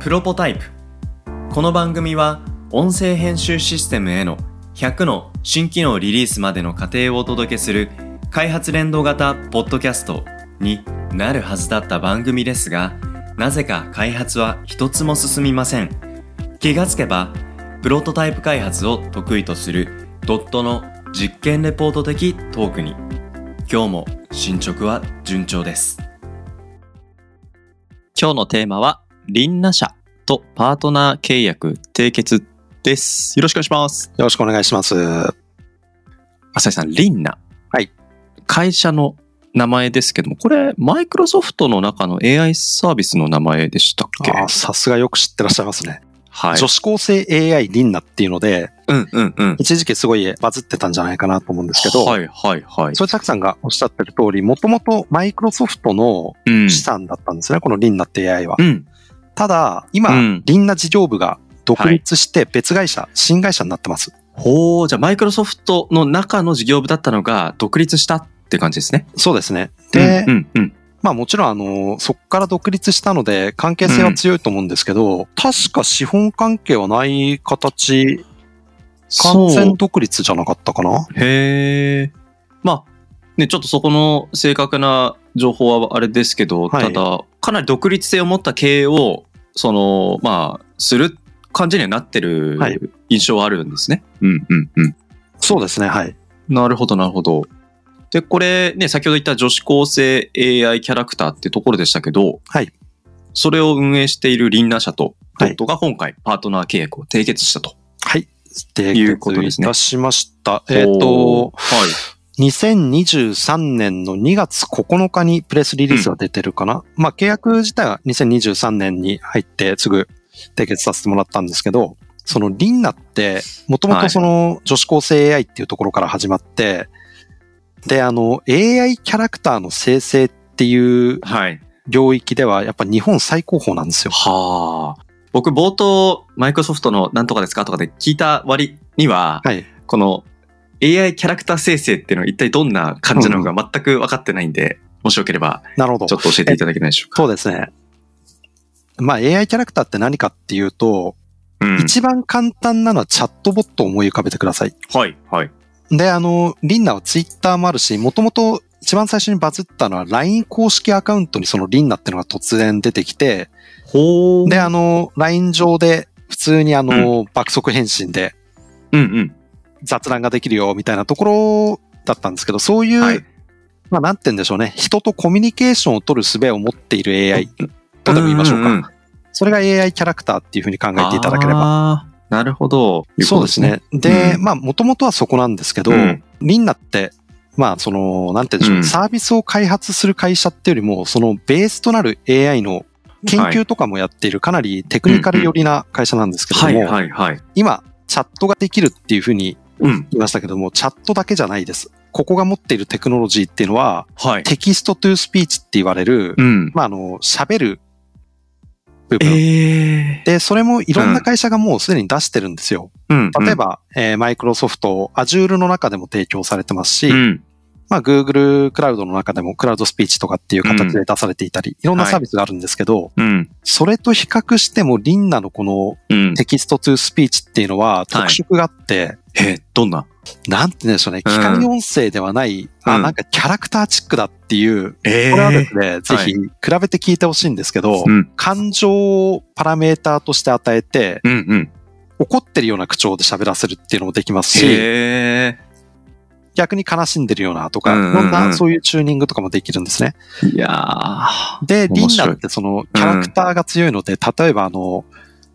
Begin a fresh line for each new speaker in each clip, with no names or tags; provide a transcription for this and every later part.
プロポタイプこの番組は音声編集システムへの100の新機能リリースまでの過程をお届けする開発連動型ポッドキャストになるはずだった番組ですがなぜか開発は一つも進みません気がつけばプロトタイプ開発を得意とするドットの実験レポート的トークに今日も進捗は順調です今日のテーマは林那社とパートナー契約締結ですよろしくお願いします
よろしくお願いします。
浅井さん林那
はい
会社の名前ですけどもこれマイクロソフトの中の AI サービスの名前でしたっけ
あーさすがよく知ってらっしゃいますね。
はい
女子高生 AI リンナっていうので、
うんうんうん
一時期すごいバズってたんじゃないかなと思うんですけど、
はいはいはい
それたくさんがおっしゃってる通り、もともとマイクロソフトの
うん
資産だったんですね、このリンナって AI は
う。ん
ただ、今、
うん
リンナ事業部が独立して別会社、新会社になってます。
ほうじゃあマイクロソフトの中の事業部だったのが独立したって感じですね
そうですね。で、
うんうんうん
まあもちろんあの、そこから独立したので関係性は強いと思うんですけど、確か資本関係はない形完
そう
全独立じゃなかったかな
へえ。まあ、ね、ちょっとそこの正確な情報はあれですけど、
はい
ただ、かなり独立性を持った経営を、その、まあ、する感じにはなってる
はい
印象はあるんですね。うんうんうん。
そうですね、はい。
なるほど、なるほど。で、これね、先ほど言った女子高生 AI キャラクターってところでしたけど、
はい
それを運営しているリンナ社と、ド
はい
ットが今回パートナー契約を締結したと。
はい。
いうことですね
いたしました。えっ、と、
はい。
2023年の2月9日にプレスリリースが出てるかな。まあ、契約自体は2023年に入ってすぐ締結させてもらったんですけど、そのリンナって、もとも
はい
とその女子高生 AI っていうところから始まって、で、あの、AI キャラクターの生成っていう
はい。
領域では、やっぱ日本最高峰なんですよ。
はあ。僕、冒頭、マイクロソフトのなんとかですかとかで聞いた割には、
はい。
この AI キャラクター生成っていうのは一体どんな感じなのか全く分かってないんで、もしよければ、
なるほど
ちょ。っと教えていただけないでしょうか。
そうですね。まあ AI キャラクターって何かっていうと、
うん
一番簡単なのはチャットボットを思い浮かべてください。
はい、はい。
で、あの、リンナはツイッターもあるし、もともと一番最初にバズったのは LINE 公式アカウントにそのリンナっていうのが突然出てきて、
ほ
で、あの、LINE 上で普通にあの、爆速返信で
うんうん。
雑談ができるよみたいなところだったんですけど、そういう、
はい。
まあなんて言うんでしょうね、人とコミュニケーションを取る術を持っている AI とでも言いましょうか。
んんん
それが AI キャラクターっていうふうに考えていただければ。
あー。なるほど。
そうですね。で、
うん
まあ、もともとはそこなんですけ
と
ど、
いうことですね。
リンナって、まあ、その、なんて言うんでしょ
うん
う、サービスを開発する会社っていうよりも、そのベースとなる AI の研究とかもやっている、かなりテクニカル寄りな会社なんですけれど
はい、
も、
はい、はい。
今、チャットができるっていうふうに
うん。
言いましたけども、チャットだけじゃないです。ここが持っているテクノロジーっていうのは、
はい。
テキストトゥースピーチって言われる、
うん。
まあ、あの、喋る部分。
ええ。
で、それもいろんな会社がもうすでに出してるんですよ。
うん
例え、ば、えーマイクロソフト、Azure の中でも提供されてますし、
うん。
まあ、Google クラウドの中でもクラウドスピーチとかっていう形で出されていたり、いろんなサービスがあるんですけど、
うん。
それと比較しても、リンナのこの
うん。
テキストトゥースピーチっていうのは特色があって、
え、どんな
なんて言うんでしょうね、
うん
機械音声ではない、あ、なんかキャラクターチックだっていう、
え
これはですね、ぜひ比べて聞いてほしいんですけど、
うん。
感情をパラメーターとして与えて、
うんうん。
怒ってるような口調で喋らせるっていうのもできますし、
へ
逆に悲しんでるようなと
うんうんう
か、
ん
いろんなそういうチューニングとかもできるんですね。
え。いやー
で、リ
面
ン
白い
ナってそのキャラクターが強いので、例えばあの、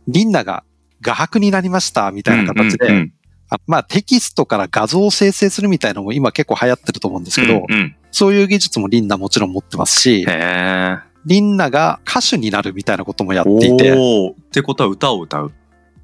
リンナが画伯になりましたみたいな形で、
うんうんうん
あまあテキストから画像を生成するみたいなのも今結構流行ってると思うんですけど、
うんうん
そういう技術もリンナもちろん持ってますし
へ、え。
リンナが歌手になるみたいなこともやっていて、
おーってことは歌を歌う。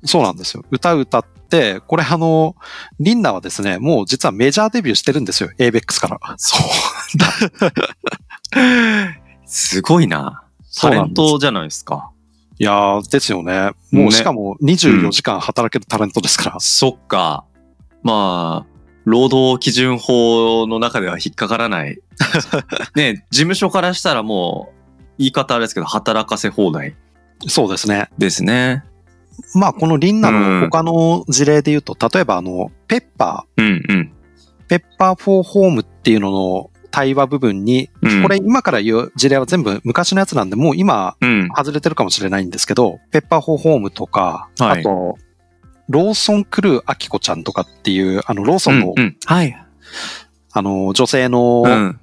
そうなんですよ。歌歌って、これあの、リンナはですね、もう実はメジャーデビューしてるんですよ、ABEX から。
そうだ。すごいな。タレントじゃないですか。
いやー、ですよね。も
ね
う、しかも24時間働けるタレントですから。
そっか。まあ、労働基準法の中では引っかからない。ね、事務所からしたらもう、言い方あれですけど、働かせ放題。
そうですね。
ですね。
まあ、このリンナ
うん
の他の事例で言うと、例えばあの、ペッパ
うんうん。
ー、ペッパーフォーホームっていうのの対話部分に、
うん
これ今から言う事例は全部昔のやつなんで、もう今
うん。
外れてるかもしれないんですけど、ペッパーフォーホームとか、
はい
あと、ローソンクルーアキコちゃんとかっていう、あの、ローソンの、
うんうん。はい。
あの、女性の
うん。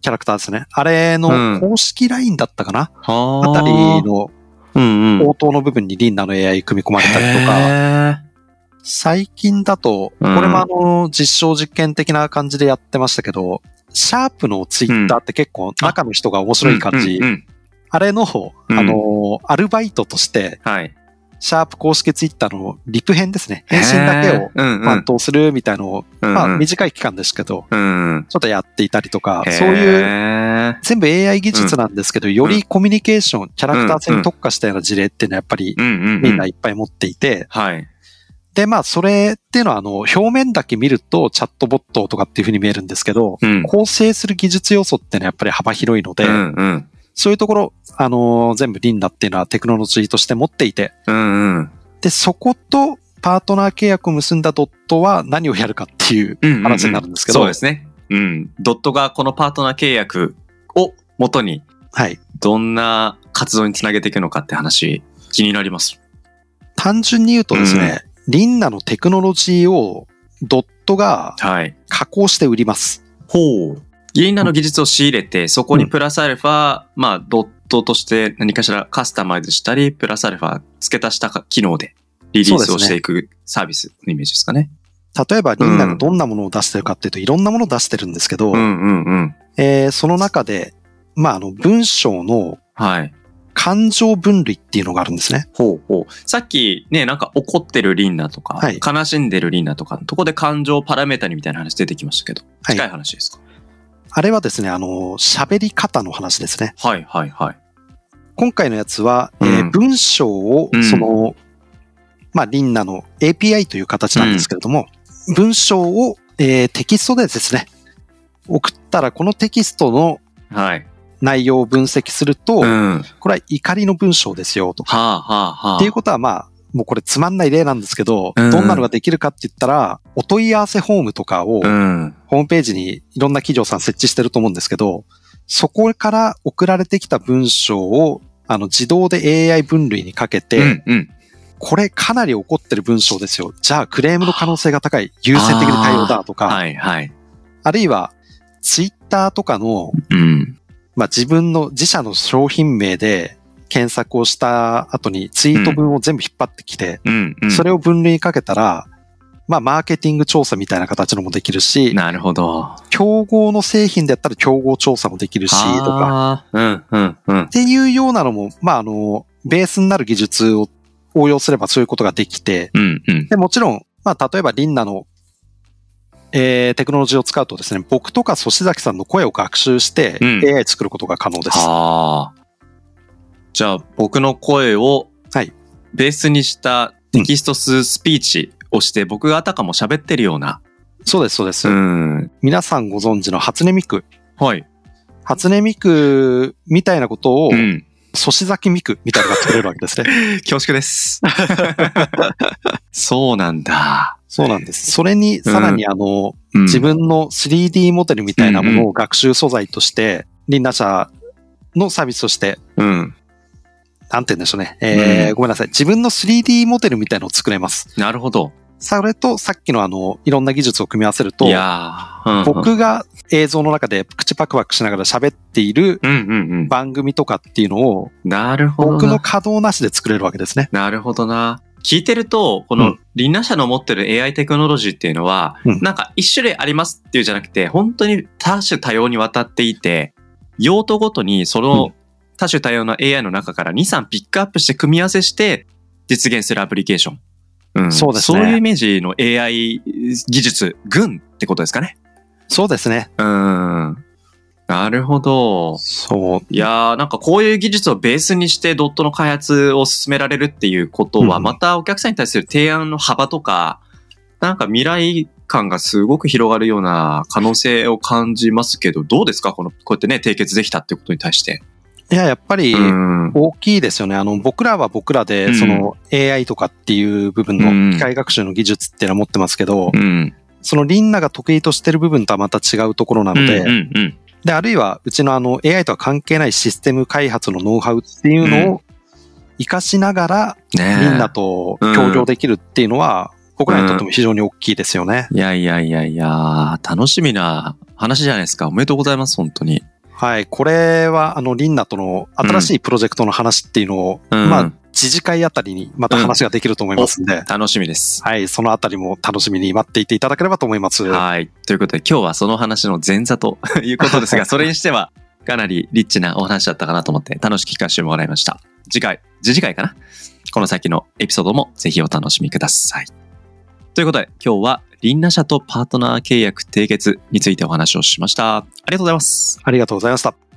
キャラクターですね。あれ
うん
の公式ラインだったかな、
は
あたりの
うんうん。
応答の部分にリンナの AI 組み込まれたりと
か。
か、最近だと、こ
うん
れもあの、実証実験的な感じでやってましたけど、シャープのツイッターって結構中の人が面白い感じ
うん。うん
あれの、あの、アルバイトとして、
うんはい。
シャープ公式ツイッターのリプ編ですね。返信だけを
へー、うんうん。
担当するみたいのを、
うんうん
まあ短い期間ですけど、
うんうん。
ちょっとやっていたりとか、
へー
そういう、全部 AI 技術なんですけど、よりコミュニケーション、キャラクター性に特化したような事例っていうのはやっぱり
うんうん。。
みんないいっぱい持っていて、
はい。
で、まあ、それっていうのは、あの、表面だけ見るとチャットボットとかっていうふうに見えるんですけど、
うん。
構成する技術要素っていうのはやっぱり幅広いので、
うんうん。
そういうところ、あのー全部リンダっていうのはテクノロジーとして持っていて、
うんうん。
で、そことパートナー契約を結んだドットは何をやるかっていう、
うんうんうん
話になるんですけど
そうですね。うん。ドットがこのパートナー契約を元に、
はい。
どんな活動につなげていくのかって話、気になります。
単純に言うとですね、リンダのテクノロジーをドットが
はい。
加工して売ります。
ほう。ゲイナの技術を仕入れて、そこにプラスアルファ、まあ、ドットとして何かしらカスタマイズしたり、プラスアルファ付け足した機能でリリースをしていくサービスのイメージですかね。
例えば、リンダがどんなものを出してるかっていうといろんなものを出してるんですけど、
うんうんうん。
えーその中で、まあ、あの、文章の
はい。
感情分類っていうのがあるんですね。
ほうほう。さっきね、なんか怒ってるリンダとか、
はい
悲しんでるリンダとかのとこで感情パラメータにみたいな話出てきましたけど、
はい
近い話ですか
あれはですね、あの、喋り方の話ですね。
はいはいはい。
今回のやつは、
うん
えー文章を
うん、
その、まあ、リンナの API という形なんですけれども、文章を、えーテキストでですね、送ったら、このテキストの
はい。
内容を分析する
う
と、
ん。は
これは怒りの文章ですよ、と。
あはあはあ。
っていうことは、まあ、もうこれつまんない例なんですけど、
うん
どんなのができるかって言ったら、お問い合わせフォームとかを、
うん。
ホームページにいろんな企業さん設置してると思うんですけど、そこから送られてきた文章を、あの、自動で AI 分類にかけて、
うんうん。
これかなり怒ってる文章ですよ。じゃあクレームの可能性が高い、優先的な対応だとか、あ,、
はいはい。
るいは、ツイッターとかの、
うん。
まあ、自分の自社の商品名で検索をした後にツイート文を全部引っ張ってきて、
うん、うん。
それを分類にかけたら、まあ、マーケティング調査みたいな形のもできるし、
なるほど。
競合の製品でやったら競合調査もできるし、とか、
あーうん、うん、うん
っ。ていうようなのも、まあ、あの、ベースになる技術を応用すればそういうことができて、
うん、うん。
で、もちろん、まあ、例えばリンナの、えー、テクノロジーを使うとですね、僕とか粗志崎さんの声を学習して、
うん
AI 作ることが可能です。
ああ。じゃあ、僕の声を、
はい
ベースにしたテキスト数スピーチをして、僕があたかも喋ってるような。
そうです、そうです。
ん。
皆さんご存知の初音ミク。
はい。
初音ミクみたいなことを、
うん。
粗志崎ミクみたいなのが作れるわけですね。
恐縮 です。そうなんだ。
そうなんです。それに、さらにあの、
うん
自分の 3D モデルみたいなものを学習素材として、リンナ社のサービスとして、
うん。
なんて言うんでしょうね。えー
うん
ごめんなさい。自分の 3D モデルみたいなのを作れます。
なるほど。
それと、さっきのあの、いろんな技術を組み合わせると
い、やー、うんうん、
僕が映像の中で口パクパクしながら喋っている
うんうんうん。
番組とかっていうのを、
なるほどな。
僕の稼働なしで作れるわけですね。
なるほどな。聞いてると、こ
う
の
ん
リンナ社の持ってる AI テクノロジーっていうのは、
うん
なんか一種類ありますっていうじゃなくて、本当に多種多様にわたっていて、用途ごとにそうの多種多様な AI の中から2、3ピックアップして組み合わせして実現するアプリケーション。うん
そうですね
そういうイメージの AI 技術、群ってことですかね。
そうですね。
うん。なるほど。
そう。
いやー、なんかこういう技術をベースにしてドットの開発を進められるっていうことは、
うん
またお客さんに対する提案の幅とか、なんか未来感がすごく広がるような可能性を感じますけど、どうですかこの、こうやってね、締結できたってことに対して。
いや、やっぱり
うん。
大きいですよね。あの、僕らは僕ら
う
で、
ん
その AI とかっていう部分
うん
の機械学習の技術っていうのは持ってますけど、
うん。
そのリンナが得意としてる部分とはまた違うところなの
う
で、
んうん
で、あるいはうちのあの AI とは関係ないシステム開発のノウハウっていうのを活かしながら、
ねえ
リンナと協業できるっていうのは、僕らにとっても非常に大きいですよね。
いやいやいやいや、楽しみな話じゃないですか。おめでとうございます、本当に。
はい。これは、あの、リンナとの新しいプロジェクトの話っていうのを、
うん
まあ、知事会あたりにまた話ができると思いますんで、
楽しみです。
はい。そのあたりも楽しみに待っていていただければと思います。
はい。ということで、今日はその話の前座ということですが、それにしては、かなりリッチなお話だったかなと思って、楽しく聞かせてもらいました。次回、次次回かなこの先のエピソードもぜひお楽しみください。ということで、今日は、リンナ社とパートナー契約締結についてお話をしました。ありがとうございます。
ありがとうございました。